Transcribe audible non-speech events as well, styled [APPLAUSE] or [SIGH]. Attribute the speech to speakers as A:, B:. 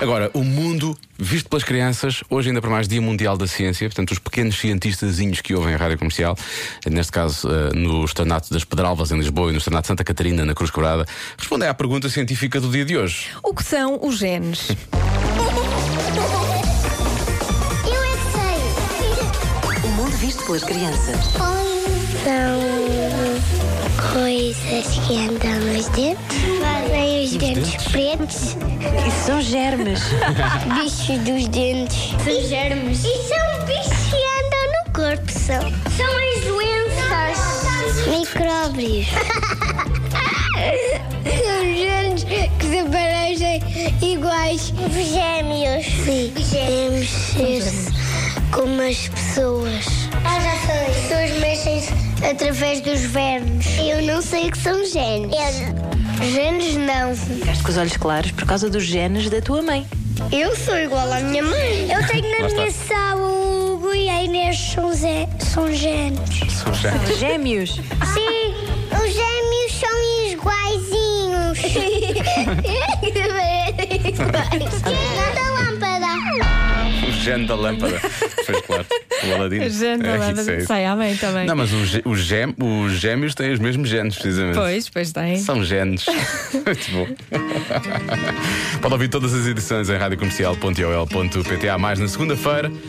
A: Agora, o mundo visto pelas crianças, hoje ainda para mais Dia Mundial da Ciência, portanto, os pequenos cientistazinhos que ouvem a rádio comercial, neste caso eh, no Estanato das Pedralvas, em Lisboa, e no Estanato Santa Catarina, na Cruz Quebrada, respondem à pergunta científica do dia de hoje.
B: O que são os genes?
C: Eu é que sei.
D: O mundo visto pelas crianças.
C: São coisas que andam nos dentes. Fazem os dentes, pretos.
D: Isso são germes.
B: [LAUGHS]
C: Bichos dos dentes. São germes. E são bichos que andam no corpo. São, são as doenças. Micróbios. são genes que se parecem iguais. Gêmeos. Sim, podemos ser como as pessoas. Ah, já sei. As pessoas mexem-se através dos vermes. Eu não sei o que são genes. Genes não.
D: Ficaste com os olhos claros por causa dos genes da tua mãe.
C: Eu sou igual à minha mãe. Eu tenho
A: Lá
C: na
A: está.
C: minha sala o Hugo e a Inês são, ze- são gêmeos.
D: Gêmeos.
C: Sim, os gêmeos são [LAUGHS] iguaizinhos. da lâmpada.
A: O gene da lâmpada. Foi claro. O Aladino. É, isso é isso.
B: Sai à mãe também.
A: Não, mas o ge- o gem- os gêmeos têm os mesmos genes, precisamente.
B: Pois, pois tem.
A: São
B: [LAUGHS]
A: genes. Muito bom. Pode ouvir todas as edições em radiocomercial.ol.pt. Há mais na segunda-feira.